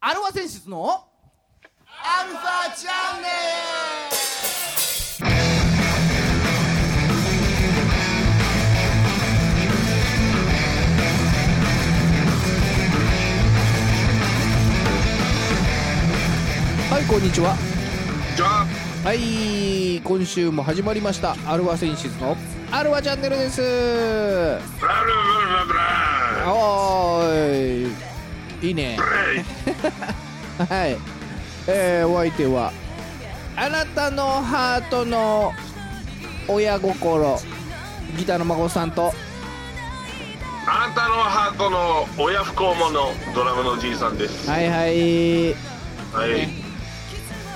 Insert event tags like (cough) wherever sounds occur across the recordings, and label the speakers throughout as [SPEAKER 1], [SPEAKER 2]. [SPEAKER 1] アルファ選出のアルファチャンネルはいこんにちは
[SPEAKER 2] じゃあ
[SPEAKER 1] はい今週も始まりましたアルファ選出のアルファチャンネルです
[SPEAKER 2] ブラブラブラブラ
[SPEAKER 1] おーいいいね
[SPEAKER 2] ブレイ
[SPEAKER 1] はい、えー、お相手はあなたのハートの親心ギターの孫さんと
[SPEAKER 2] あなたのハートの親不孝者ドラムのじいさんです
[SPEAKER 1] はいはい
[SPEAKER 2] はい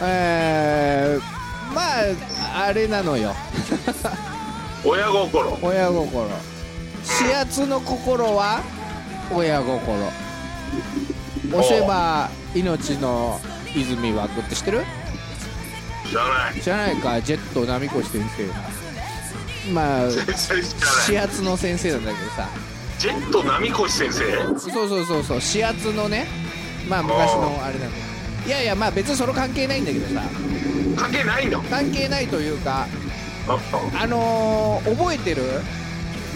[SPEAKER 1] えー、まああれなのよ
[SPEAKER 2] 親心
[SPEAKER 1] 親心視圧の心は親心押せば命の泉湧くって知ってる
[SPEAKER 2] 知らない
[SPEAKER 1] 知らないかジェット波越してるんですけどまあ
[SPEAKER 2] 全然知らない
[SPEAKER 1] 視圧の先生なんだけどさ
[SPEAKER 2] ジェット波越先生
[SPEAKER 1] そうそうそうそう指圧のねまあ昔のあれなんだいやいやまあ別にそれ関係ないんだけどさ
[SPEAKER 2] 関係ないの
[SPEAKER 1] 関係ないというか
[SPEAKER 2] あ
[SPEAKER 1] あのー、覚えてる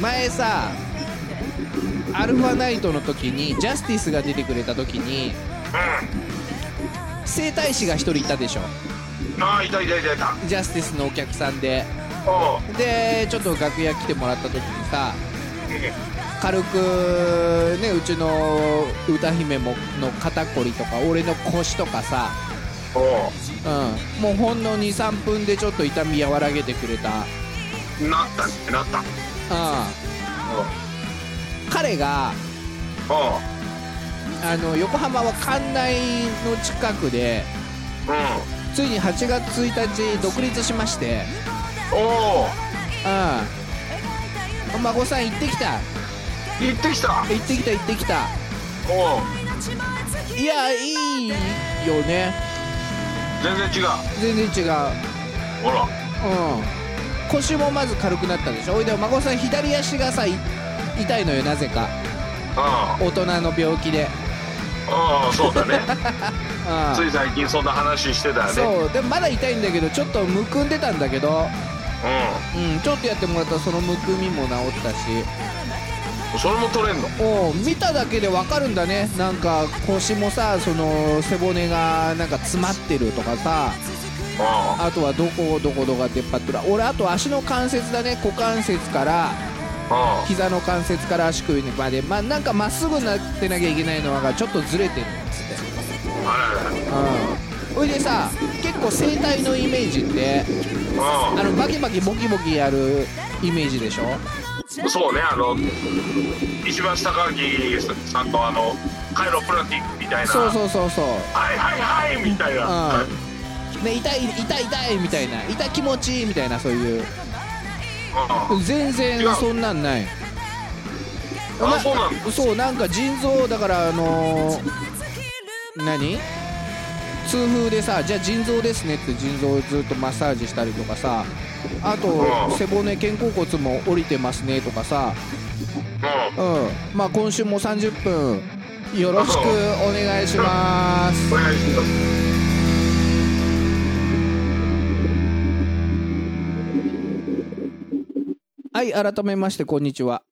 [SPEAKER 1] 前さアルファナイトの時にジャスティスが出てくれた時に整体師が一人いたでしょ
[SPEAKER 2] うんあーいたいたいたいた
[SPEAKER 1] ジャスティスのお客さんで
[SPEAKER 2] おう
[SPEAKER 1] でちょっと楽屋来てもらった時にさ軽くねうちの歌姫もの肩こりとか俺の腰とかさ
[SPEAKER 2] お
[SPEAKER 1] うん、もうほんの23分でちょっと痛み和らげてくれた、う
[SPEAKER 2] うなったねなった
[SPEAKER 1] ん、
[SPEAKER 2] おう
[SPEAKER 1] 彼が
[SPEAKER 2] おう
[SPEAKER 1] あの横浜は関内の近くで
[SPEAKER 2] う
[SPEAKER 1] ついに8月1日独立しまして、
[SPEAKER 2] んお
[SPEAKER 1] う
[SPEAKER 2] お
[SPEAKER 1] ん、お孫さん行ってきた
[SPEAKER 2] 行ってきた
[SPEAKER 1] 行ってきた行ってきた
[SPEAKER 2] おう
[SPEAKER 1] いやいいよね
[SPEAKER 2] 全然違う
[SPEAKER 1] 全然違う、うん、
[SPEAKER 2] ほら
[SPEAKER 1] 腰もまず軽くなったでしょおいでお孫さん左足がさい痛いのよなぜか
[SPEAKER 2] あ
[SPEAKER 1] 大人の病気で、
[SPEAKER 2] ああそうだね
[SPEAKER 1] うん、
[SPEAKER 2] つい最近そんな話してたよね
[SPEAKER 1] そうでもまだ痛いんだけどちょっとむくんでたんだけど、
[SPEAKER 2] う
[SPEAKER 1] うん、ちょっとやってもらったらそのむくみも治ったし
[SPEAKER 2] んそれも取れんの
[SPEAKER 1] おう見ただけでわかるんだねなんか腰もさその背骨がなんか詰まってるとかさ
[SPEAKER 2] あ
[SPEAKER 1] あとはどこどこどこが出っ張ってる俺あと足の関節だね股関節から
[SPEAKER 2] あ
[SPEAKER 1] 膝の関節から足首までまあなんかまっすぐになってなきゃいけないのがちょっとずれてるっつって
[SPEAKER 2] あ
[SPEAKER 1] うんおいでさ結構整体のイメージって
[SPEAKER 2] れあ
[SPEAKER 1] あのバキバキボキボキやるイメージでしょ
[SPEAKER 2] あそうねあの石橋貴明さんとあのカイロプラティックみたいな
[SPEAKER 1] そうそうそうそう
[SPEAKER 2] はいはいはいみたいな、う
[SPEAKER 1] う
[SPEAKER 2] ん
[SPEAKER 1] んね痛い痛い痛いみたいな痛い気持ちいいみたいなそういう全
[SPEAKER 2] 違
[SPEAKER 1] 然
[SPEAKER 2] う
[SPEAKER 1] そんなんない
[SPEAKER 2] あ
[SPEAKER 1] ま
[SPEAKER 2] そうなん
[SPEAKER 1] そうなんか腎臓だからあのー何痛風でさじゃあ腎臓ですねって腎臓をずっとマッサージしたりとかさあ
[SPEAKER 2] う
[SPEAKER 1] と
[SPEAKER 2] ん
[SPEAKER 1] 背骨肩甲骨も降りてますねとかさ
[SPEAKER 2] うん
[SPEAKER 1] うんまあ今週も30分よろしくお願いします
[SPEAKER 2] お願いします
[SPEAKER 1] はい、改めまして、こんにちは。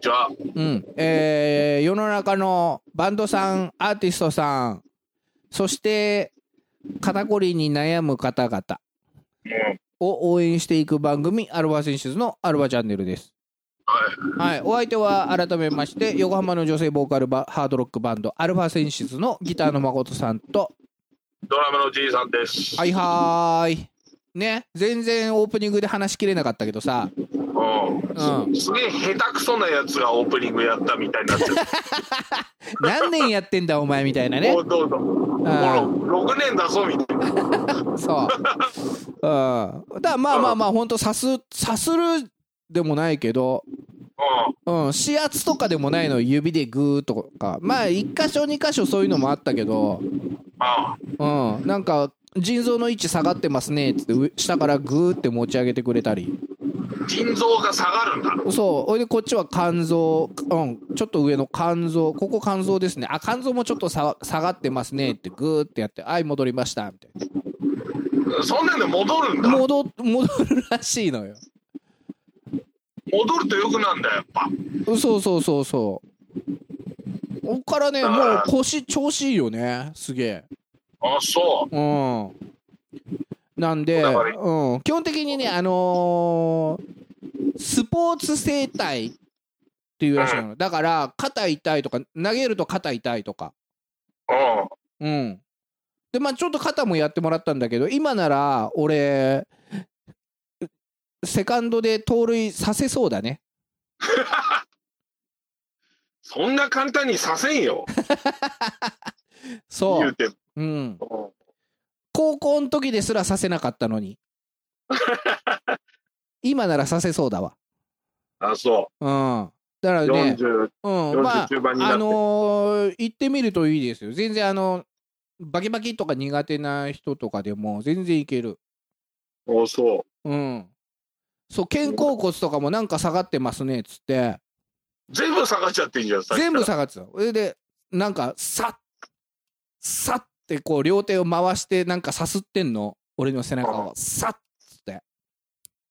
[SPEAKER 2] じゃあ
[SPEAKER 1] うん。えー、世の中のバンドさん、アーティストさん、そして、肩こりに悩む方々
[SPEAKER 2] うん
[SPEAKER 1] を応援していく番組、アルバ選手のアルバチャンネルです。
[SPEAKER 2] は
[SPEAKER 1] は
[SPEAKER 2] い
[SPEAKER 1] い、お相手は改めまして、横浜の女性ボーカルバハードロックバンド、アルファセンシズのギターの誠さんと、
[SPEAKER 2] ドラムのじいさんです
[SPEAKER 1] はいはーい。ね、全然オープニングで話しきれなかったけどさ、
[SPEAKER 2] うん、すすげえ下手くそなやつがオープニングやったみたいになっちゃっ
[SPEAKER 1] 何年やってんだお前みたいな
[SPEAKER 2] て
[SPEAKER 1] ね
[SPEAKER 2] も。うどうぞもう6年だぞみたいな
[SPEAKER 1] そう。うん。だからまあまあまあ、ほんと、さす、さするでもないけど、うん、指圧とかでもないの、指でグーとか。まあ、一箇所、二箇所そういうのもあったけど、
[SPEAKER 2] あ
[SPEAKER 1] うん、なんか、腎臓の位置下がってますね、つって、上下からグーって持ち上げてくれたり。
[SPEAKER 2] あ腎臓が下がるんだ。
[SPEAKER 1] そうほいでこっちは肝臓うんちょっと上の肝臓ここ肝臓ですねあ肝臓もちょっとさ下がってますねってグーってやってはい戻りましたみたいな
[SPEAKER 2] そんなんで戻るんだ。
[SPEAKER 1] 戻戻るらしいのよ
[SPEAKER 2] 戻るとよくなんだよ、やっぱ。
[SPEAKER 1] そうそうそうそうこっからねもう腰調子いいよねすげえ
[SPEAKER 2] あ、そう。
[SPEAKER 1] うん。なんで、
[SPEAKER 2] こだわり
[SPEAKER 1] うん、基本的にね、あのースポーツ整体っていうらしいの。だから、肩痛いとか、投げると肩痛いとか。
[SPEAKER 2] うん。
[SPEAKER 1] うん。で、まあちょっと肩もやってもらったんだけど、今なら、俺、セカンドで盗塁させそうだね。
[SPEAKER 2] そんな簡単にさせんよ。
[SPEAKER 1] そ
[SPEAKER 2] 言う
[SPEAKER 1] う。
[SPEAKER 2] て。
[SPEAKER 1] うん。
[SPEAKER 2] うん
[SPEAKER 1] 高校の時ですらさせなかったの
[SPEAKER 2] (laughs)
[SPEAKER 1] に。今ならさせそうだわ。
[SPEAKER 2] あ、そ
[SPEAKER 1] うん。だから
[SPEAKER 2] う。
[SPEAKER 1] ね。
[SPEAKER 2] 40、
[SPEAKER 1] うん、まあ
[SPEAKER 2] 40中盤になって
[SPEAKER 1] あのー行ってみるといいですよ全然あのバキバキとか苦手な人とかでも全然いける
[SPEAKER 2] おそう。
[SPEAKER 1] うんそう肩甲骨とかもなんか下がってますねっつって
[SPEAKER 2] 全部下がっちゃってんじゃん、さっきから
[SPEAKER 1] 全部下がってたそれでなんかさっさってこう両手を回してなんかさすってんの俺の背中をさっつって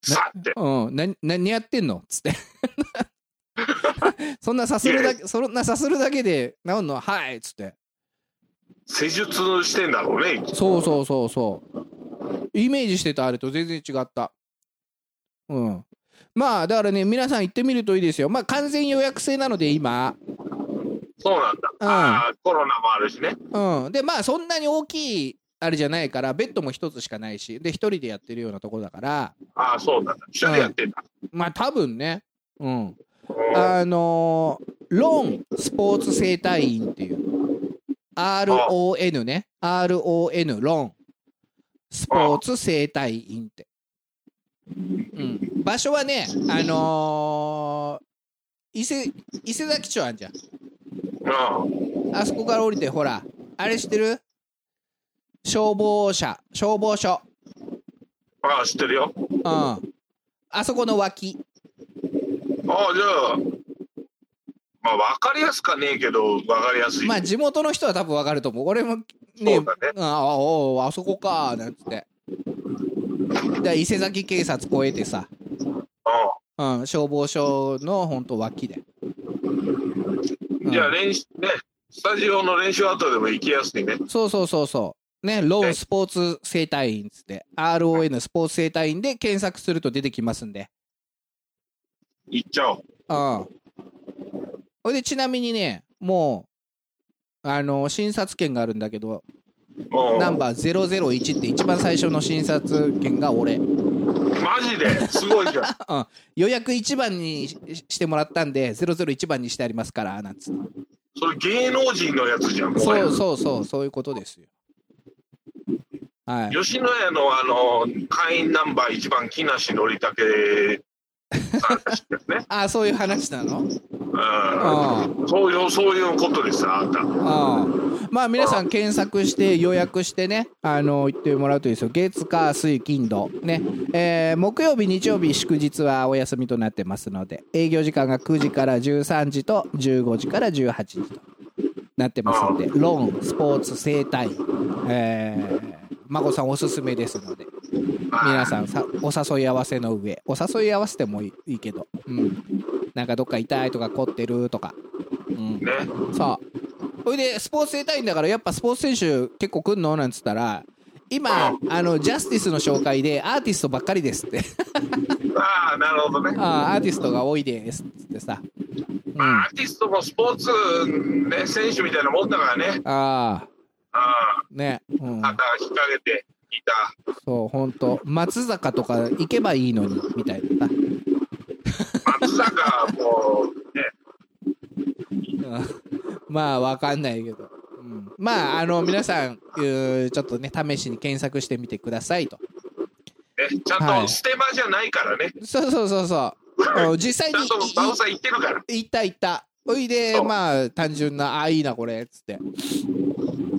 [SPEAKER 2] さって。
[SPEAKER 1] うん、な何やってんのっつって (laughs) そんなさするだけそんなさするだけで治んのはいっつって
[SPEAKER 2] 施術してんだろうね。
[SPEAKER 1] そうそうそうそうイメージしてたあれと全然違ったうんまあだからね皆さん行ってみるといいですよまあ完全予約制なので今
[SPEAKER 2] そうなんだ。
[SPEAKER 1] うん
[SPEAKER 2] ああ、コロナもあるしね。
[SPEAKER 1] うんでまあそんなに大きいあれじゃないからベッドも一つしかないしで一人でやってるようなとこだから
[SPEAKER 2] ああ、そうなんだ。一緒にやってんだ。
[SPEAKER 1] まあ多分ねうん
[SPEAKER 2] うん
[SPEAKER 1] あのーロンスポーツ整体院っていう RON ね RON ロンスポーツ整体院って、うん、場所はねあのー伊勢伊勢崎町あんじゃん
[SPEAKER 2] うん。
[SPEAKER 1] あそこから降りてほらあれ知ってる消防車消防署
[SPEAKER 2] ああ、知ってるよ。
[SPEAKER 1] うんあそこの脇
[SPEAKER 2] ああ、じゃあ、まあ、わかりやすかねえけど、わかりやす (laughs) い。
[SPEAKER 1] まあ地元の人は多分わかると思う俺もね
[SPEAKER 2] そうだね
[SPEAKER 1] ああおうあそこかなんつってで伊勢崎警察越えてさ、うん、消防署のほんと脇で、
[SPEAKER 2] うん。じゃあ、練習、ね、スタジオの練習後でも行きやすいね。
[SPEAKER 1] そうそうそうそうねロー
[SPEAKER 2] は
[SPEAKER 1] ン
[SPEAKER 2] い
[SPEAKER 1] スポーツ整体院っつって RON スポーツ整体院で検索すると出てきますんで
[SPEAKER 2] 行っちゃおう。
[SPEAKER 1] うんほいでちなみにねもうあの診察券があるんだけど
[SPEAKER 2] うん
[SPEAKER 1] ナンバー001って一番最初の診察券が俺
[SPEAKER 2] マジですごいじゃん。
[SPEAKER 1] うん、予約1番にししてもらったんで001番にしてありますからなんつって
[SPEAKER 2] それ芸能人のやつじゃん。もはや
[SPEAKER 1] そうそうそうそういうことですよはい、
[SPEAKER 2] 吉野家のあの会員ナンバー1番木梨憲武さんらしいですね
[SPEAKER 1] (laughs) あそういう話なの
[SPEAKER 2] うんそういうそういうことですあんた
[SPEAKER 1] うんまあ皆さん検索して予約してねあの行ってもらうといいですよ月火水金土ねえー木曜日日曜日祝日はお休みとなってますので営業時間が9時から13時と15時から18時となってますのでローンスポーツ整体えー孫さんおすすめですので皆さんさお誘い合わせの上お誘い合わせてもいいいいけど、うん、なんかどっか痛いとか凝ってるとか、うん、
[SPEAKER 2] ね
[SPEAKER 1] さあそれでスポーツ整体院だからやっぱスポーツ選手結構来んのなんつったら今あのジャスティスの紹介でアーティストばっかりですって
[SPEAKER 2] ああなるほどね、
[SPEAKER 1] ああアーティストが多いですっつってさ、うん、
[SPEAKER 2] まあ、
[SPEAKER 1] あ
[SPEAKER 2] アーティストもスポーツ、ね、選手みたいなもんだからね
[SPEAKER 1] あ
[SPEAKER 2] あ
[SPEAKER 1] ね、うん
[SPEAKER 2] あ、肩引っ掛けてギタ
[SPEAKER 1] そうほんと松坂とか行けばいいのにみたいな
[SPEAKER 2] ー松坂はもう、ね、
[SPEAKER 1] うん (laughs) まあわかんないけど、うん、まああの皆さんうーちょっとね試しに検索してみてくださいと
[SPEAKER 2] ねちゃ
[SPEAKER 1] は
[SPEAKER 2] ん
[SPEAKER 1] い
[SPEAKER 2] とステマじゃないからね、
[SPEAKER 1] そうそうそうそうあの実際
[SPEAKER 2] ちゃ
[SPEAKER 1] に
[SPEAKER 2] んと馬尾さん言ってるから
[SPEAKER 1] いいたいたおいで
[SPEAKER 2] そう
[SPEAKER 1] まあ単純な「あいいなこれ」っつって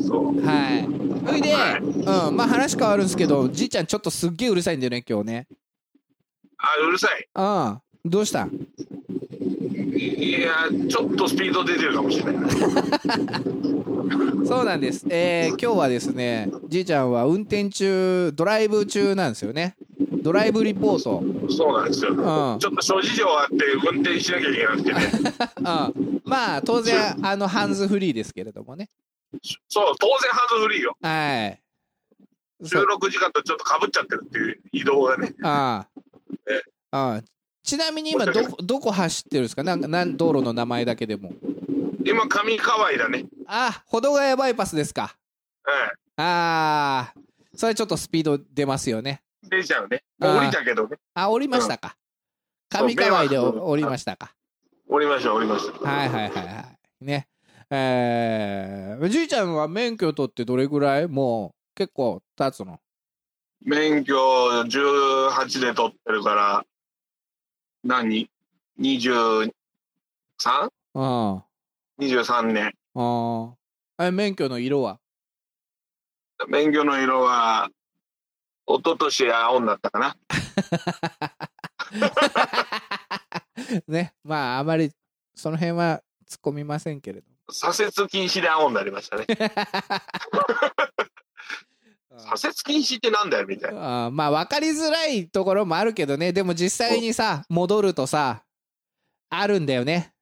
[SPEAKER 2] そう
[SPEAKER 1] はいおいで、
[SPEAKER 2] はい
[SPEAKER 1] うん、まあ話変わるんですけどじいちゃんちょっとすっげえうるさいんだよね今日ね
[SPEAKER 2] うるさい。
[SPEAKER 1] ああどうした
[SPEAKER 2] いや、ちょっとスピード出てるかもしれない。
[SPEAKER 1] そうなんです。えー、今日はですね、じいちゃんは運転中、ドライブ中なんですよね。ドライブリポート。
[SPEAKER 2] そうなんですよ。
[SPEAKER 1] ん
[SPEAKER 2] ちょっと諸事情があって、運転しなきゃいけなくてね。
[SPEAKER 1] うん、まあ、当然、あの、ハンズフリーですけれどもね。
[SPEAKER 2] そう、当然ハンドフリーよ。
[SPEAKER 1] はい。そ
[SPEAKER 2] 収
[SPEAKER 1] う
[SPEAKER 2] 録時間とちょっとかぶっちゃってるっていう移動がね。
[SPEAKER 1] あ
[SPEAKER 2] え
[SPEAKER 1] あああちなみに今どこ、どこ走ってるんですかなんか、なん道路の名前だけでも。
[SPEAKER 2] 今、上川井だね。
[SPEAKER 1] あ、保土ヶ谷バイパスですか。ああ、それちょっとスピード出ますよね。
[SPEAKER 2] うん。出ちゃうね。もう降りたけどね。
[SPEAKER 1] あ、降りましたか。
[SPEAKER 2] そう
[SPEAKER 1] 上川井で
[SPEAKER 2] 迷惑
[SPEAKER 1] 降りましたか。
[SPEAKER 2] 降りました、降りました。
[SPEAKER 1] はいはいはいはい。ね。えー、じいちゃんは免許取ってどれぐらいもう結構経つの
[SPEAKER 2] 免許18で取ってるから、何 ?23?23
[SPEAKER 1] うん。
[SPEAKER 2] 年。
[SPEAKER 1] ああ。え、免許の色は
[SPEAKER 2] 免許の色は、一昨年青になったかな。
[SPEAKER 1] ね。まあ、あまり、その辺は突っ込みませんけれど。
[SPEAKER 2] 左折禁止で青になりましたね。左折禁止ってなんだよ、みたいな。
[SPEAKER 1] あーまあ、分かりづらいところもあるけどね。でも実際にさ、戻るとさ、あるんだよね。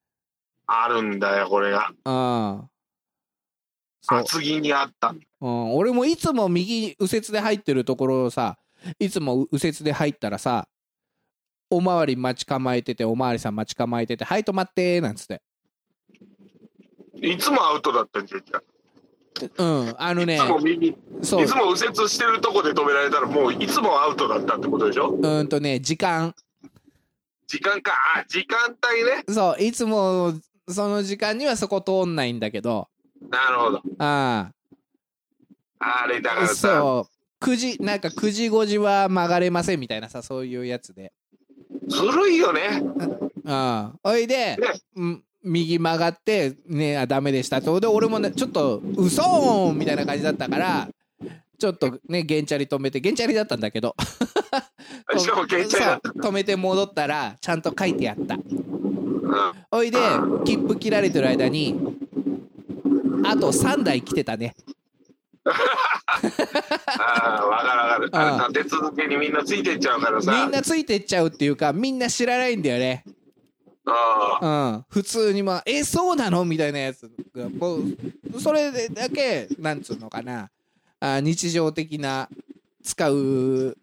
[SPEAKER 2] あるんだよ、これが。
[SPEAKER 1] うん。そう。
[SPEAKER 2] 厚木にあった。
[SPEAKER 1] うん、俺もいつも右右折で入ってるところをさいつも右折で入ったらさおまわり待ち構えてておまわりさん待ち構えてて「はい止まって」なんつって
[SPEAKER 2] いつもアウトだったんじゃん。
[SPEAKER 1] うんあの
[SPEAKER 2] い
[SPEAKER 1] ね
[SPEAKER 2] つも右
[SPEAKER 1] そう
[SPEAKER 2] いつも右折してるとこで止められたらもういつもアウトだったってことでしょ
[SPEAKER 1] うんとね時間
[SPEAKER 2] 時間かあ時間帯ね
[SPEAKER 1] そういつもその時間にはそこ通んないんだけど
[SPEAKER 2] なるほど
[SPEAKER 1] あ
[SPEAKER 2] あれだか
[SPEAKER 1] あ
[SPEAKER 2] らさ
[SPEAKER 1] そう9時なんか9時5時は曲がれませんみたいなさそういうやつで
[SPEAKER 2] ずるいよね
[SPEAKER 1] ああおいで、うん右曲がってねあダメでしたとで俺もねちょっとうそーんみたいな感じだったからちょっとねゲンチャリ止めてゲンチャリだったんだけど
[SPEAKER 2] しかも現地
[SPEAKER 1] (laughs)
[SPEAKER 2] だ、
[SPEAKER 1] そう止めて戻ったらちゃんと書いてあった (laughs)
[SPEAKER 2] うん、
[SPEAKER 1] おいで切符切られてる間にあと3台来てたね
[SPEAKER 2] ああ分かる分かるあれ
[SPEAKER 1] あ
[SPEAKER 2] さ立て続けにみんなついてっちゃうからさ
[SPEAKER 1] みんなついてっちゃうっていうかみんな知らないんだよね
[SPEAKER 2] ああ
[SPEAKER 1] うん、普通にまあ「えそうなの?」みたいなやつがもうそれでだけなんつうのかなあ日常的な使う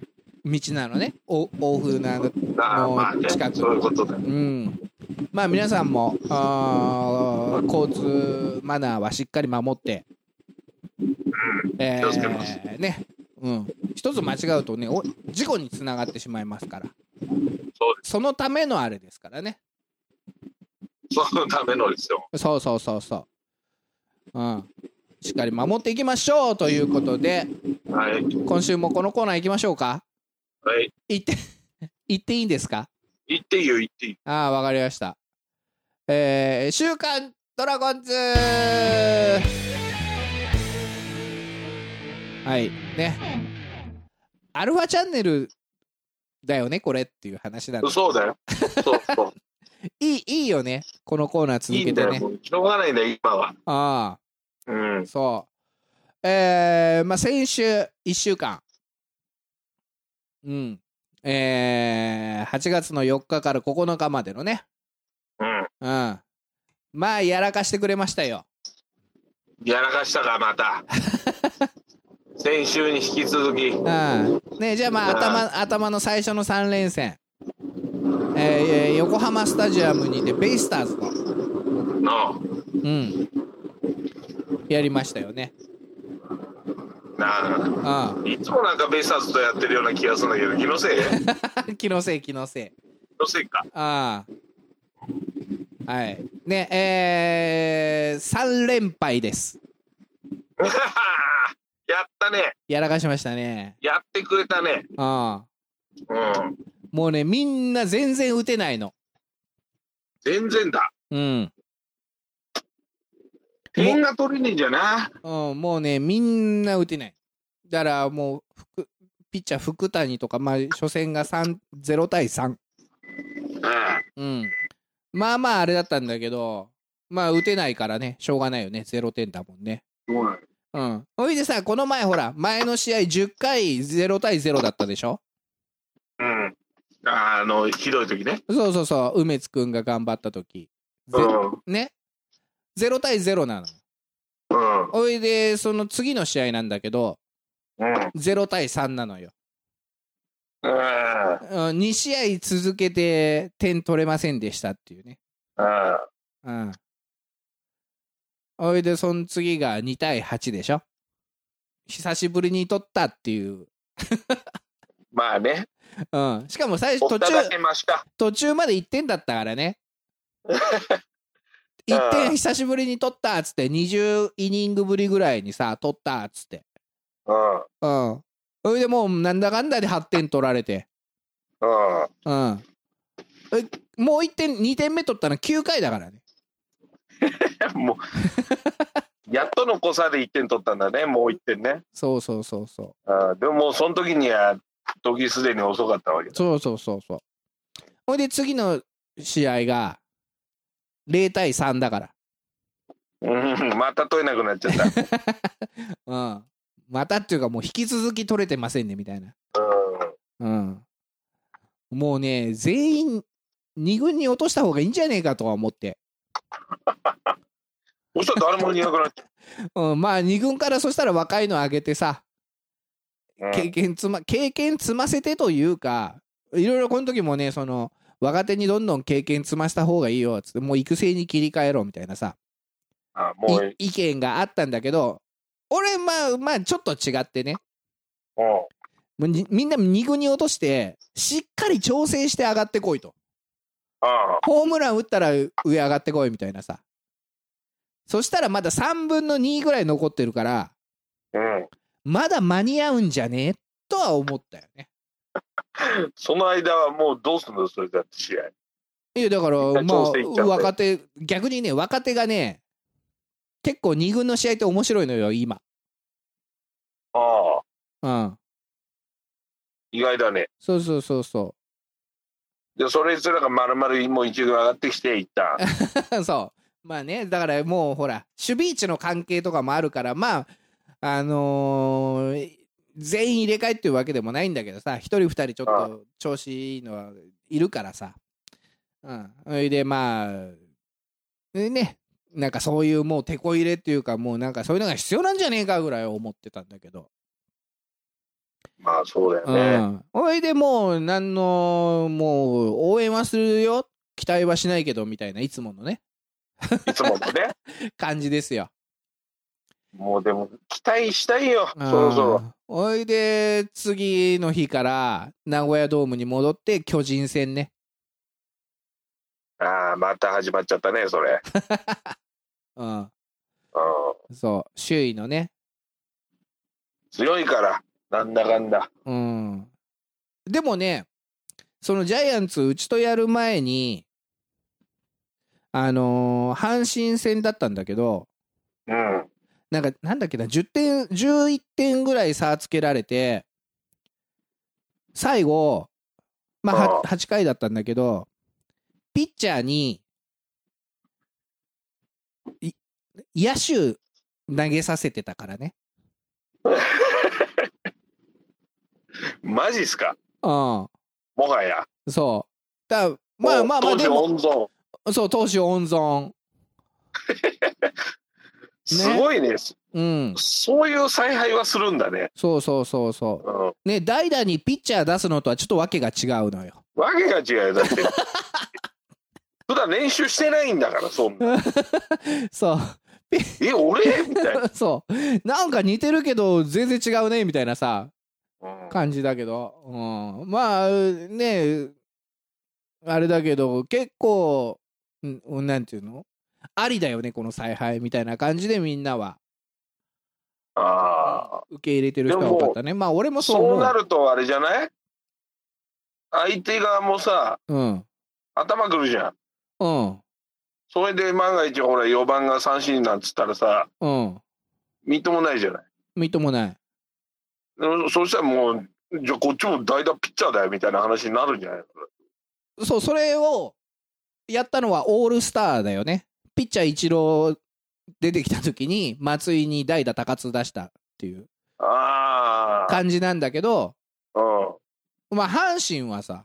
[SPEAKER 1] 道なのねお欧風なの
[SPEAKER 2] ああまあ
[SPEAKER 1] の
[SPEAKER 2] ね
[SPEAKER 1] 近く、
[SPEAKER 2] そういうことだよ
[SPEAKER 1] うん、まあ皆さんもあー交通マナーはしっかり守って、え
[SPEAKER 2] 気をつけます
[SPEAKER 1] ー、ねうん、一つ間違うとねお事故につながってしまいますから
[SPEAKER 2] そう
[SPEAKER 1] そのためのあれですからね
[SPEAKER 2] そのためのですよ
[SPEAKER 1] そうそうそうそう。うん。しっかり守っていきましょうということで、
[SPEAKER 2] はい
[SPEAKER 1] 今週もこのコーナー行きましょうか。
[SPEAKER 2] はい
[SPEAKER 1] 行って、 (laughs) 行っていいんですか
[SPEAKER 2] 言っていいよ言っていい
[SPEAKER 1] ああ、わかりました。えー、週刊ドラゴンズはい、ね。アルファチャンネルだよね、これっていう話なんで。
[SPEAKER 2] そうだよそうそう
[SPEAKER 1] いい、いいよね。このコーナー (laughs) 続
[SPEAKER 2] いい
[SPEAKER 1] け
[SPEAKER 2] んだ
[SPEAKER 1] て
[SPEAKER 2] よ
[SPEAKER 1] ね。
[SPEAKER 2] もうしょうがないんだよ今は
[SPEAKER 1] ああ。
[SPEAKER 2] うん
[SPEAKER 1] そう。えー、まあ先週1週間。うん。えー、8月の4日から9日までのね。
[SPEAKER 2] うん
[SPEAKER 1] うん。まあやらかしてくれましたよ。
[SPEAKER 2] やらかしたか
[SPEAKER 1] (laughs)
[SPEAKER 2] また先週に引き続き
[SPEAKER 1] うん。ねじゃあまあ頭、頭の最初の3連戦。えー、横浜スタジアムにてベイスターズの、
[SPEAKER 2] の
[SPEAKER 1] うん。やりましたよね。
[SPEAKER 2] なあ
[SPEAKER 1] うん。 (laughs)
[SPEAKER 2] いつもなんかベイスターズとやってるような気がするんだけど気のせい気
[SPEAKER 1] 気のせい気のせい。
[SPEAKER 2] のせいか (laughs)
[SPEAKER 1] ああ。はい。ね、えー、3連敗です。
[SPEAKER 2] うははやったね
[SPEAKER 1] やらかしましたね。
[SPEAKER 2] やってくれたね
[SPEAKER 1] ああ。
[SPEAKER 2] うん
[SPEAKER 1] もうね、みんな全然打てないの。
[SPEAKER 2] 全然だ
[SPEAKER 1] うん。
[SPEAKER 2] 点が取れねえんじゃな
[SPEAKER 1] うん、もうね、みんな打てない。だからもう、ふくピッチャー福谷とか、まあ、初戦が3 0対3。うん。まあまあ、あれだったんだけど、まあ、打てないからね、しょうがないよね。0点だもんね。
[SPEAKER 2] うん。そうなんです
[SPEAKER 1] うん。ほいでさ、この前ほら、前の試合10回0対0だったでしょ
[SPEAKER 2] うん。あの、ひどい時ね。
[SPEAKER 1] そうそうそう、梅津くんが頑張った時。ぜ
[SPEAKER 2] うん。
[SPEAKER 1] ね。0対0なの。
[SPEAKER 2] うん。
[SPEAKER 1] ほいで、その次の試合なんだけど、
[SPEAKER 2] うん。
[SPEAKER 1] 0対3なのよ。
[SPEAKER 2] うん。
[SPEAKER 1] うん、2試合続けて点取れませんでしたっていうね。
[SPEAKER 2] うん。
[SPEAKER 1] うん。ほいで、その次が2対8でしょ。久しぶりに取ったっていう。
[SPEAKER 2] まあね。
[SPEAKER 1] うん。しかも最初
[SPEAKER 2] お
[SPEAKER 1] 途
[SPEAKER 2] た
[SPEAKER 1] 中
[SPEAKER 2] だ、けました。
[SPEAKER 1] 途中まで1点だったからね。
[SPEAKER 2] うん
[SPEAKER 1] 1点久しぶりに取ったっつって、20イニングぶりぐらいにさ、取ったっつって。
[SPEAKER 2] うん。
[SPEAKER 1] うん。それでもう、なんだかんだで8点取られて。
[SPEAKER 2] うん。
[SPEAKER 1] うん。えもう1点、2点目取ったの9回だからね。
[SPEAKER 2] も
[SPEAKER 1] (laughs)
[SPEAKER 2] う、やっとの誤差で1点取ったんだね、もう1点ね。
[SPEAKER 1] そうそうそうそ
[SPEAKER 2] あーでももうその時には、時すでに遅かったわけ
[SPEAKER 1] う。
[SPEAKER 2] だ。
[SPEAKER 1] そうそうそうそう。ほいで、次の試合が、0対3だから。 (laughs)
[SPEAKER 2] うん、また取れなくなっちゃった。
[SPEAKER 1] うん。またっていうか、もう引き続き取れてませんね、みたいな。
[SPEAKER 2] う
[SPEAKER 1] うん。もうね、全員、2軍に落とした方がいいんじゃねえかとは思って。
[SPEAKER 2] ん。そしたら誰もいなくなっちゃ
[SPEAKER 1] うん、まあ、2軍からそしたら若いの上げてさ、
[SPEAKER 2] う。
[SPEAKER 1] 経験つま、経験積ませてというか、いろいろこの時もね、その、若手にどんどん経験積ました方がいいよ、つって、もう育成に切り替えろ、みたいなさ、
[SPEAKER 2] あーもう、
[SPEAKER 1] い意見があったんだけど、俺、まあ、まあ、ちょっと違ってね、
[SPEAKER 2] うん
[SPEAKER 1] もうにみんな2軍に落として、しっかり調整して上がってこいと。
[SPEAKER 2] あ
[SPEAKER 1] ホームラン打ったら上上がってこいみたいなさ。そしたらまだ3分の2ぐらい残ってるから、
[SPEAKER 2] ーうん。
[SPEAKER 1] まだ間に合うんじゃねえとは思ったよね。
[SPEAKER 2] その間はもうどうするのそれだって試合。
[SPEAKER 1] いや、だから、
[SPEAKER 2] 一回
[SPEAKER 1] ま
[SPEAKER 2] 調整いっちゃ
[SPEAKER 1] あ、
[SPEAKER 2] うんだよ
[SPEAKER 1] 若手、逆にね、若手がね、結構2軍の試合って面白いのよ、今。
[SPEAKER 2] ああ、
[SPEAKER 1] うん。
[SPEAKER 2] 意外だね。
[SPEAKER 1] そうそうそうそ
[SPEAKER 2] で、それすらがまるまるもう一軍上がってきて、一
[SPEAKER 1] (laughs)
[SPEAKER 2] 旦。
[SPEAKER 1] う。そう。まあね、だからもうほら、守備位置の関係とかもあるから、まあ、あのー全員入れ替えっていうわけでもないんだけどさ、一人二人ちょっ
[SPEAKER 2] ああ
[SPEAKER 1] と調子いいのはいるからさ。うん。それでまあ、でね、なんかそういうもう手こ入れっていうか、もうなんかそういうのが必要なんじゃねえかぐらい思ってたんだけど。
[SPEAKER 2] まあそうだ
[SPEAKER 1] う
[SPEAKER 2] よね。
[SPEAKER 1] ん。それでもう、なんの、もう応援はするよ。期待はしないけど、みたいな、いつものね、
[SPEAKER 2] いつものね。
[SPEAKER 1] 感じですよ。
[SPEAKER 2] もうでも、期待したいよ、そ
[SPEAKER 1] うん
[SPEAKER 2] ろそろ。
[SPEAKER 1] おいで、次の日から、名古屋ドームに戻って、巨人戦ね。
[SPEAKER 2] ああ、また始まっちゃったね、それ。
[SPEAKER 1] うん。
[SPEAKER 2] うん
[SPEAKER 1] そう。周囲のね。
[SPEAKER 2] 強いから、なんだかんだ。
[SPEAKER 1] うん。でもね、そのジャイアンツ、うちとやる前に、あのー阪神戦だったんだけど、
[SPEAKER 2] うん。
[SPEAKER 1] なんか、なんだっけな、10点、11点ぐらい差つけられて、最後、まあ、
[SPEAKER 2] あ
[SPEAKER 1] は
[SPEAKER 2] あ
[SPEAKER 1] 8回だったんだけど、ピッチャーに、い野手投げさせてたからね。
[SPEAKER 2] マジっすか
[SPEAKER 1] う
[SPEAKER 2] もはや。
[SPEAKER 1] ん。そう。だまあまあまあ、
[SPEAKER 2] もう
[SPEAKER 1] でも、
[SPEAKER 2] 当時温存。
[SPEAKER 1] そう、投手温存。
[SPEAKER 2] すごいね
[SPEAKER 1] うん。
[SPEAKER 2] そういう采配はするんだね。
[SPEAKER 1] そうそうそうそ
[SPEAKER 2] うん。
[SPEAKER 1] う。ね、代打にピッチャー出すのとはちょっとわけが違うのよ。
[SPEAKER 2] わけが違うよ、
[SPEAKER 1] (laughs)
[SPEAKER 2] だって。普段練習してないんだから、そんな。
[SPEAKER 1] そう。
[SPEAKER 2] え、俺みたい
[SPEAKER 1] (laughs)
[SPEAKER 2] な。
[SPEAKER 1] そう。なんか似てるけど、全然違うね、みたいなさ、
[SPEAKER 2] うん
[SPEAKER 1] 感じだけど。うん。まあ、ねあれだけど、結構、んなんていうのありだよね、この采配みたいな感じでみんなは
[SPEAKER 2] あ
[SPEAKER 1] 受け入れてる人が多かったね。まあ、俺も
[SPEAKER 2] あ。
[SPEAKER 1] そう思
[SPEAKER 2] そう
[SPEAKER 1] う。
[SPEAKER 2] なると、あれじゃない相手側もさ、
[SPEAKER 1] うん。
[SPEAKER 2] 頭くるじゃん。
[SPEAKER 1] うん。
[SPEAKER 2] それで万が一、ほら、4番が三振なんつったらさ、
[SPEAKER 1] うん。
[SPEAKER 2] みっともないじゃない。
[SPEAKER 1] みっともない。
[SPEAKER 2] うんそしたらもう、じゃあこっちも代打ピッチャーだよみたいな話になるんじゃないの
[SPEAKER 1] そう、それをやったのはオールスターだよね。ピッチャー一郎出てきた時に、松井に代打高津出したっていう
[SPEAKER 2] ああ。
[SPEAKER 1] 感じなんだけど、
[SPEAKER 2] うん。
[SPEAKER 1] まあ、阪神はさ、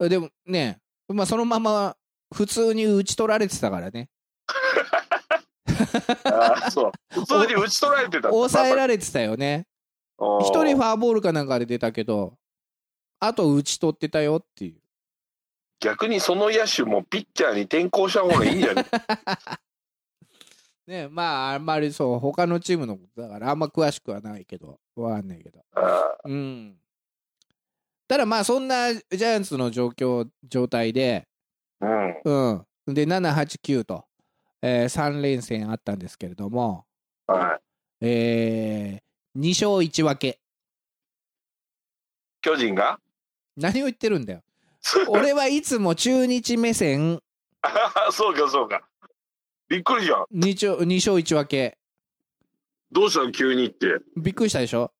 [SPEAKER 1] でもね、まあ、そのまま普通に打ち取られてたからね、
[SPEAKER 2] ああ、そう。
[SPEAKER 1] (laughs)
[SPEAKER 2] 普通に打ち取られてた。
[SPEAKER 1] 抑え
[SPEAKER 2] れ
[SPEAKER 1] られてたよね。
[SPEAKER 2] 一
[SPEAKER 1] 一人フォアボールかなんかで出たけど、あと打ち取ってたよっていう。
[SPEAKER 2] 逆にその野手もピッチャーに転向した方がいいん
[SPEAKER 1] (laughs)
[SPEAKER 2] じゃない
[SPEAKER 1] ね、まあ、あんまりそう、他のチームのことだから、あんま詳しくはないけど、わかんないけど。
[SPEAKER 2] あ
[SPEAKER 1] うん。ただまあ、そんなジャイアンツの状況、状態で、
[SPEAKER 2] あうん。
[SPEAKER 1] うん。で、7、8、9と、え3連戦あったんですけれども、
[SPEAKER 2] はい。
[SPEAKER 1] えー、2勝1分け。
[SPEAKER 2] 巨人が
[SPEAKER 1] 何を言ってるんだよ。俺はいつも中日目線
[SPEAKER 2] (laughs) そうか、そうか。びっくりじゃん。
[SPEAKER 1] 2勝 ,2 勝1分け。
[SPEAKER 2] どうしたの急にって。
[SPEAKER 1] びっくりしたでしょ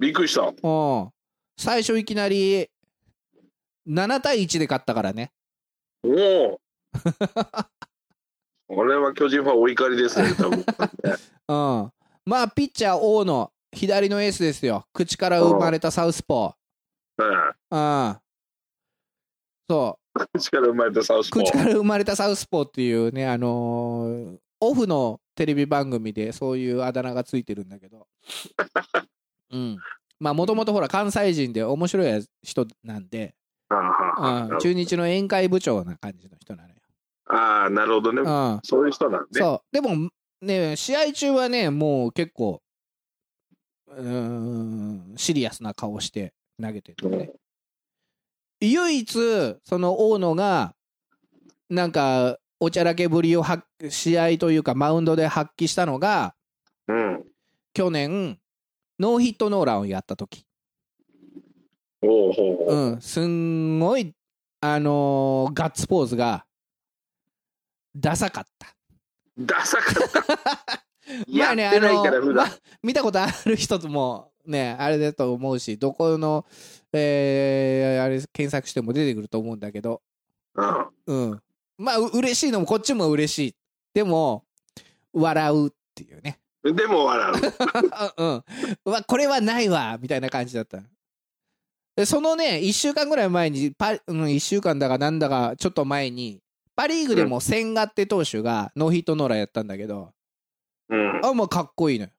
[SPEAKER 2] びっくりした。
[SPEAKER 1] うん。最初いきなり7対1で勝ったからね。
[SPEAKER 2] おお。これは巨人ファンお怒りですね、多
[SPEAKER 1] う
[SPEAKER 2] 分。
[SPEAKER 1] ん。まあ、ピッチャー王の左のエースですよ。口から生まれたサウスポー。うん。そう。
[SPEAKER 2] うん。力生まれたサウスポ
[SPEAKER 1] 口か
[SPEAKER 2] ー。
[SPEAKER 1] ら生まれたサウスポーっていうね、あのーオフのテレビ番組でそういうあだ名がついてるんだけど。うん。まあ、もともとほら、関西人で面白い人なんで、
[SPEAKER 2] あ
[SPEAKER 1] うん、中日の宴会部長な感じの人なのよ。
[SPEAKER 2] あー、なるほどね。
[SPEAKER 1] うん。
[SPEAKER 2] そういう人なんで。
[SPEAKER 1] そう。でも、ね、試合中はね、もう結構、うーん、シリアスな顔して投げてるのね。唯一、その大野が、なんか、おちゃらけぶりを発試合というか、マウンドで発揮したのが、
[SPEAKER 2] うん。
[SPEAKER 1] 去年、ノーヒットノーランをやった時
[SPEAKER 2] おおほう
[SPEAKER 1] う
[SPEAKER 2] ほう。
[SPEAKER 1] ん、すんごい、あのーガッツポーズが、ダサかった。
[SPEAKER 2] ダサかった。
[SPEAKER 1] (laughs) ま
[SPEAKER 2] や
[SPEAKER 1] あ
[SPEAKER 2] って
[SPEAKER 1] ね
[SPEAKER 2] ないから、
[SPEAKER 1] あの
[SPEAKER 2] 普段
[SPEAKER 1] ま。 (laughs) 見たことある人もねあれだと思うしどこの、えーあれ検索しても出てくると思うんだけど、
[SPEAKER 2] うん。
[SPEAKER 1] うん、まあう嬉しいのもこっちも嬉しいでも笑うっていうね (laughs)
[SPEAKER 2] でも笑う。
[SPEAKER 1] うん、うわこれはないわみたいな感じだったでそのね1週間ぐらい前にパ、うん、1週間だかなんだかちょっと前にパ・リーグでも千賀って投手がノーヒットノーランやったんだけど、 (laughs)
[SPEAKER 2] うん。
[SPEAKER 1] あ、まあ、かっこいいのよ。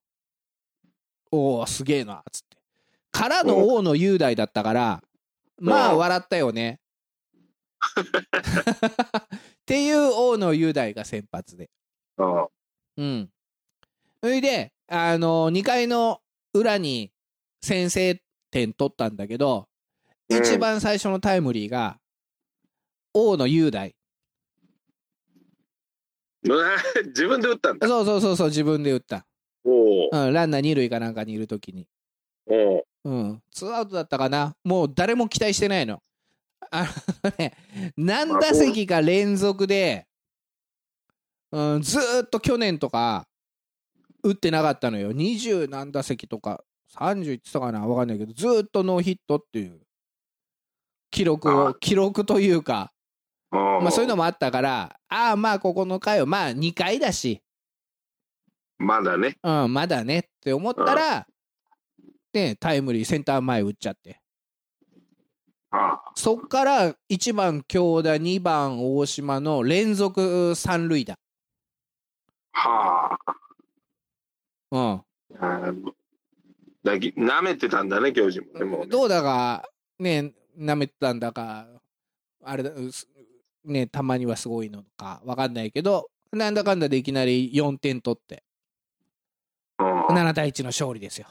[SPEAKER 1] おお、すげえな、つって。からの王の雄大だったから、
[SPEAKER 2] ん
[SPEAKER 1] まあ、
[SPEAKER 2] うん
[SPEAKER 1] 笑ったよね。っていう王の雄大が先発で。
[SPEAKER 2] うん (laughs)
[SPEAKER 1] うん。それで、あの2回の裏に先制点取ったんだけど、
[SPEAKER 2] うん
[SPEAKER 1] 一番最初のタイムリーが、王の雄大。
[SPEAKER 2] 自分で打ったんだ。
[SPEAKER 1] そうそうそうそう、自分で打った。
[SPEAKER 2] おお。
[SPEAKER 1] うん、ランナー二塁かなんかにいるときに。
[SPEAKER 2] お
[SPEAKER 1] うん、ツーアウトだったかな、もう誰も期待してないの。あのね、何打席か連続で、うん、ずーっと去年とか、打ってなかったのよ、20何打席とか、30いってたかな、分かんないけど、ずーっとノーヒットっていう記録を、
[SPEAKER 2] あ
[SPEAKER 1] 記録というか、
[SPEAKER 2] お。
[SPEAKER 1] まあ、そういうのもあったから、ああ、まあ、ここの回は、まあ、2回だし、
[SPEAKER 2] まだね。
[SPEAKER 1] うん、まだねって思ったら、ね、タイムリー、センター前打っちゃって。
[SPEAKER 2] あ
[SPEAKER 1] そっから1番京田2番大島の連続三塁打、
[SPEAKER 2] あは
[SPEAKER 1] うん、
[SPEAKER 2] あ。あーだぎ舐めてたんだね、教授もね。もうね
[SPEAKER 1] どうだかねなめてたんだかあれだうすねたまにはすごいのかわかんないけどなんだかんだでいきなり4点取って
[SPEAKER 2] うん
[SPEAKER 1] 7対1の勝利ですよ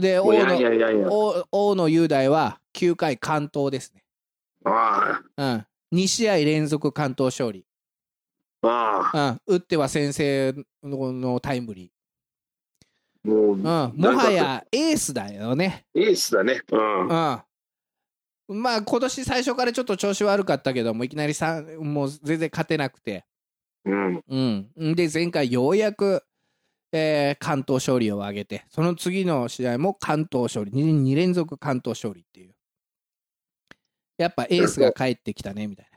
[SPEAKER 1] で
[SPEAKER 2] もうい
[SPEAKER 1] 大
[SPEAKER 2] やい
[SPEAKER 1] 野
[SPEAKER 2] やいやいや。
[SPEAKER 1] 大大野雄大は9回完投ですね、
[SPEAKER 2] あ
[SPEAKER 1] うん、2試合連続完投勝利、
[SPEAKER 2] あ。ああ。
[SPEAKER 1] うん、打っては先制ののタイムリー
[SPEAKER 2] もう、
[SPEAKER 1] うん、もはやエースだよね。
[SPEAKER 2] エースだね。うん。
[SPEAKER 1] うん、まあ今年最初からちょっと調子悪かったけどもいきなりさんもう全然勝てなくて、
[SPEAKER 2] うん。
[SPEAKER 1] うん、で前回ようやく、えー関東勝利を挙げて、その次の試合も関東勝利、2, 2連続関東勝利っていう。やっぱエースが帰ってきたね、みたい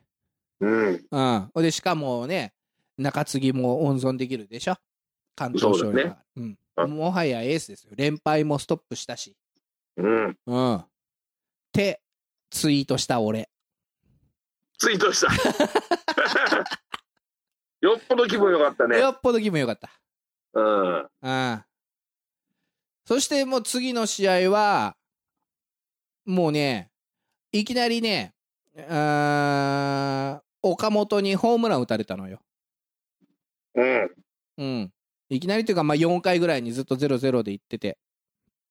[SPEAKER 2] うん。
[SPEAKER 1] な。うん。ほんで、しかもね、中継ぎも温存できるでしょ関東勝利は。うん。もはやエースですよ。連敗もストップしたし。
[SPEAKER 2] うん。
[SPEAKER 1] うん。って、ツイートした俺。
[SPEAKER 2] ツイー
[SPEAKER 1] (laughs)
[SPEAKER 2] トした。よっぽど気分よかったね。
[SPEAKER 1] よっぽど気分よかった。
[SPEAKER 2] うん。
[SPEAKER 1] うん。そしてもう次の試合は、もうね、いきなりね、あー岡本にホームラン打たれたのよ。
[SPEAKER 2] うん。
[SPEAKER 1] うん。いきなりというか、まあ、4回ぐらいにずっと0-0でいってて。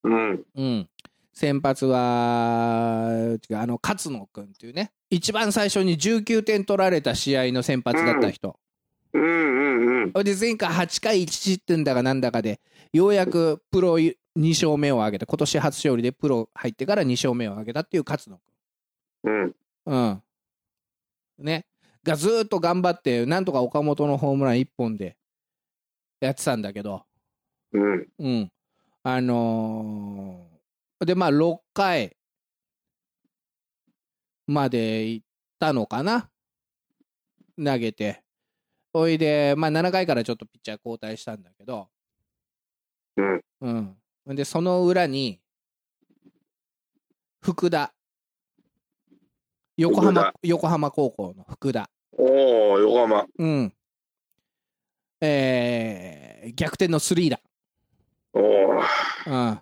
[SPEAKER 2] うん。
[SPEAKER 1] うん。先発は、違うあの、勝野君っていうね、一番最初に19点取られた試合の先発だった人。
[SPEAKER 2] うんうんうん。
[SPEAKER 1] ほいで前回8回1失点だかなんだかでようやくプロ2勝目を挙げた今年初勝利でプロ入ってから2勝目を挙げたっていう勝野
[SPEAKER 2] うん。
[SPEAKER 1] 君、うん、ねがずーっと頑張ってなんとか岡本のホームラン1本でやってたんだけど、
[SPEAKER 2] うん。
[SPEAKER 1] うん、あのーでまあ6回まで行ったのかな投げておいで、まあ、7回からちょっとピッチャー交代したんだけど
[SPEAKER 2] うん
[SPEAKER 1] うんでその裏に福田横浜
[SPEAKER 2] 福田
[SPEAKER 1] 横浜高校の福田
[SPEAKER 2] おお、横浜。
[SPEAKER 1] うんえー逆転のスリー
[SPEAKER 2] おお、
[SPEAKER 1] ラン、うん、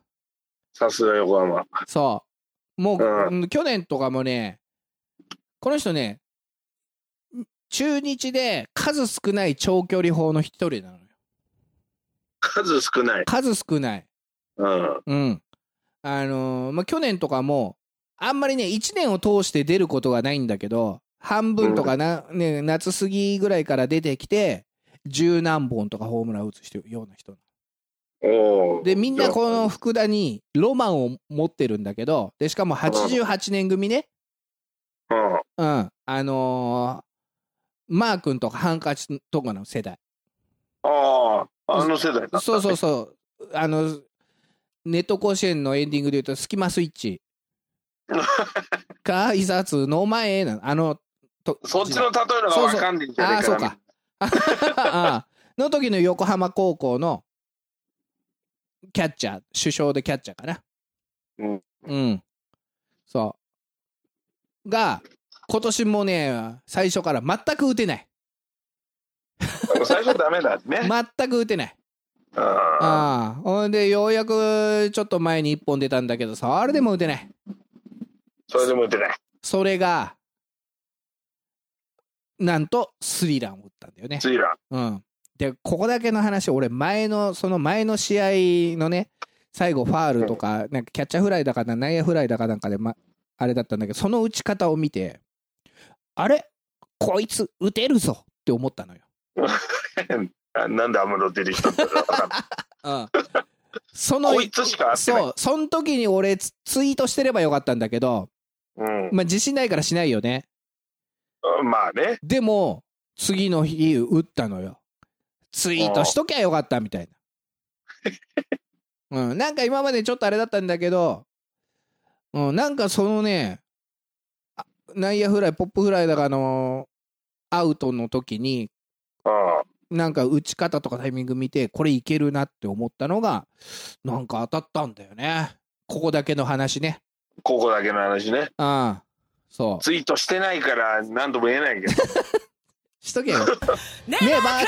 [SPEAKER 2] さすが横浜。
[SPEAKER 1] そう。もう、
[SPEAKER 2] う
[SPEAKER 1] うん去年とかもね、この人ね、中日で数少ない長距離砲の一人なのよ。
[SPEAKER 2] 数少ない。
[SPEAKER 1] 数少ない。
[SPEAKER 2] うん。
[SPEAKER 1] うん。あのーまあ、去年とかも、あんまりね、1年を通して出ることがないんだけど、半分とかな、ね、夏過ぎぐらいから出てきて、十何本とかホームラン打つ人ような人。
[SPEAKER 2] おお。
[SPEAKER 1] で、みんなこの福田にロマンを持ってるんだけど、で、しかも88年組ね、
[SPEAKER 2] うん。
[SPEAKER 1] うん。あのーマー君とかハンカチとかの世代。
[SPEAKER 2] ああ、あの世代だった、ね。
[SPEAKER 1] そうそうそう。あの、ネット甲子園のエンディングで言うと、スキマスイッ
[SPEAKER 2] (laughs)
[SPEAKER 1] チ。か、いざつの前なの。あの、と
[SPEAKER 2] そっちの例えのがわかんねえんじゃ
[SPEAKER 1] あ
[SPEAKER 2] ねえ
[SPEAKER 1] あ、
[SPEAKER 2] か
[SPEAKER 1] そ
[SPEAKER 2] な。
[SPEAKER 1] うか。あーの時の横浜高校のキャッチャー、首相でキャッチャーかな。
[SPEAKER 2] うん。
[SPEAKER 1] うん。そう。が、今年もね、最初から全く打てない。
[SPEAKER 2] 最初ダメだね。
[SPEAKER 1] (laughs) 全く打てない。
[SPEAKER 2] あ
[SPEAKER 1] ああ。ほんで、ようやくちょっと前に1本出たんだけどさ、あれでも打てない。
[SPEAKER 2] それでも打てない。
[SPEAKER 1] それが、なんとスリーランを打ったんだよね。
[SPEAKER 2] 次だ。
[SPEAKER 1] うん。で、ここだけの話、俺、前の、その前の試合のね、最後、ファールとか、なんかキャッチャーフライだかな、内野フライだかなんかで、ま、あれだったんだけど、その打ち方を見て、あれこいつ、打てるぞって思ったのよ。
[SPEAKER 2] あなんでアムロ出てきたんだろう。
[SPEAKER 1] (laughs) うん。その、
[SPEAKER 2] こいつしか合ってない。
[SPEAKER 1] そう、その時に俺ツ、ツイートしてればよかったんだけど、
[SPEAKER 2] うん。
[SPEAKER 1] まあ、自信ないからしないよね。
[SPEAKER 2] まあね。
[SPEAKER 1] でも、次の日、打ったのよ。ツイートしときゃよかったみたいな。うん、なんか今までちょっとあれだったんだけど、うん、なんかそのね、あ内野フライ、ポップフライだかの、アウトの時に、
[SPEAKER 2] うん。
[SPEAKER 1] なんか打ち方とかタイミング見て、これいけるなって思ったのが、なんか当たったんだよね。ここだけの話ね。
[SPEAKER 2] ここだけの話ね。
[SPEAKER 1] ああ、そう。
[SPEAKER 2] ツイートしてないから何とも言えないけど。 (laughs)
[SPEAKER 1] しとけよ。
[SPEAKER 3] ね
[SPEAKER 1] Never cry!
[SPEAKER 3] 愛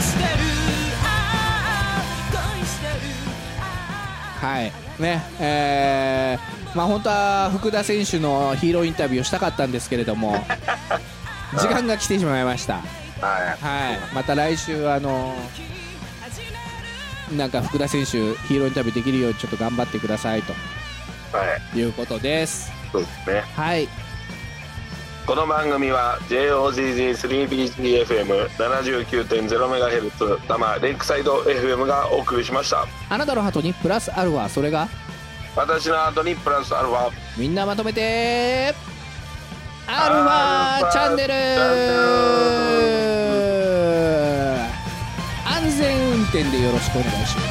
[SPEAKER 3] してるああ恋してるああ
[SPEAKER 1] はい。ね、えー、まあ本当は福田選手のヒーローインタビューをしたかったんですけれども、時間が来てしまいました。
[SPEAKER 2] はい。
[SPEAKER 1] はい。また来週、あのなんか福田選手、ヒーローインタビューできるようにちょっと頑張ってくださいと
[SPEAKER 2] はい。
[SPEAKER 1] いうことです。
[SPEAKER 2] そうですね。
[SPEAKER 1] はい。
[SPEAKER 2] この番組は JOZZ3BGFM79.0MHz 多摩レイクサイド FM がお送りしました
[SPEAKER 1] あなたのハートにプラスアルファ、それが、
[SPEAKER 2] 私の後にプラスアルファ
[SPEAKER 1] みんなまとめて、アルファチャンネル
[SPEAKER 2] アルファチャンネル
[SPEAKER 1] ア転でよろしくお願いしま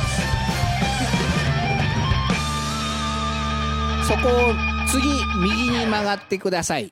[SPEAKER 1] すそこを次右に曲がってください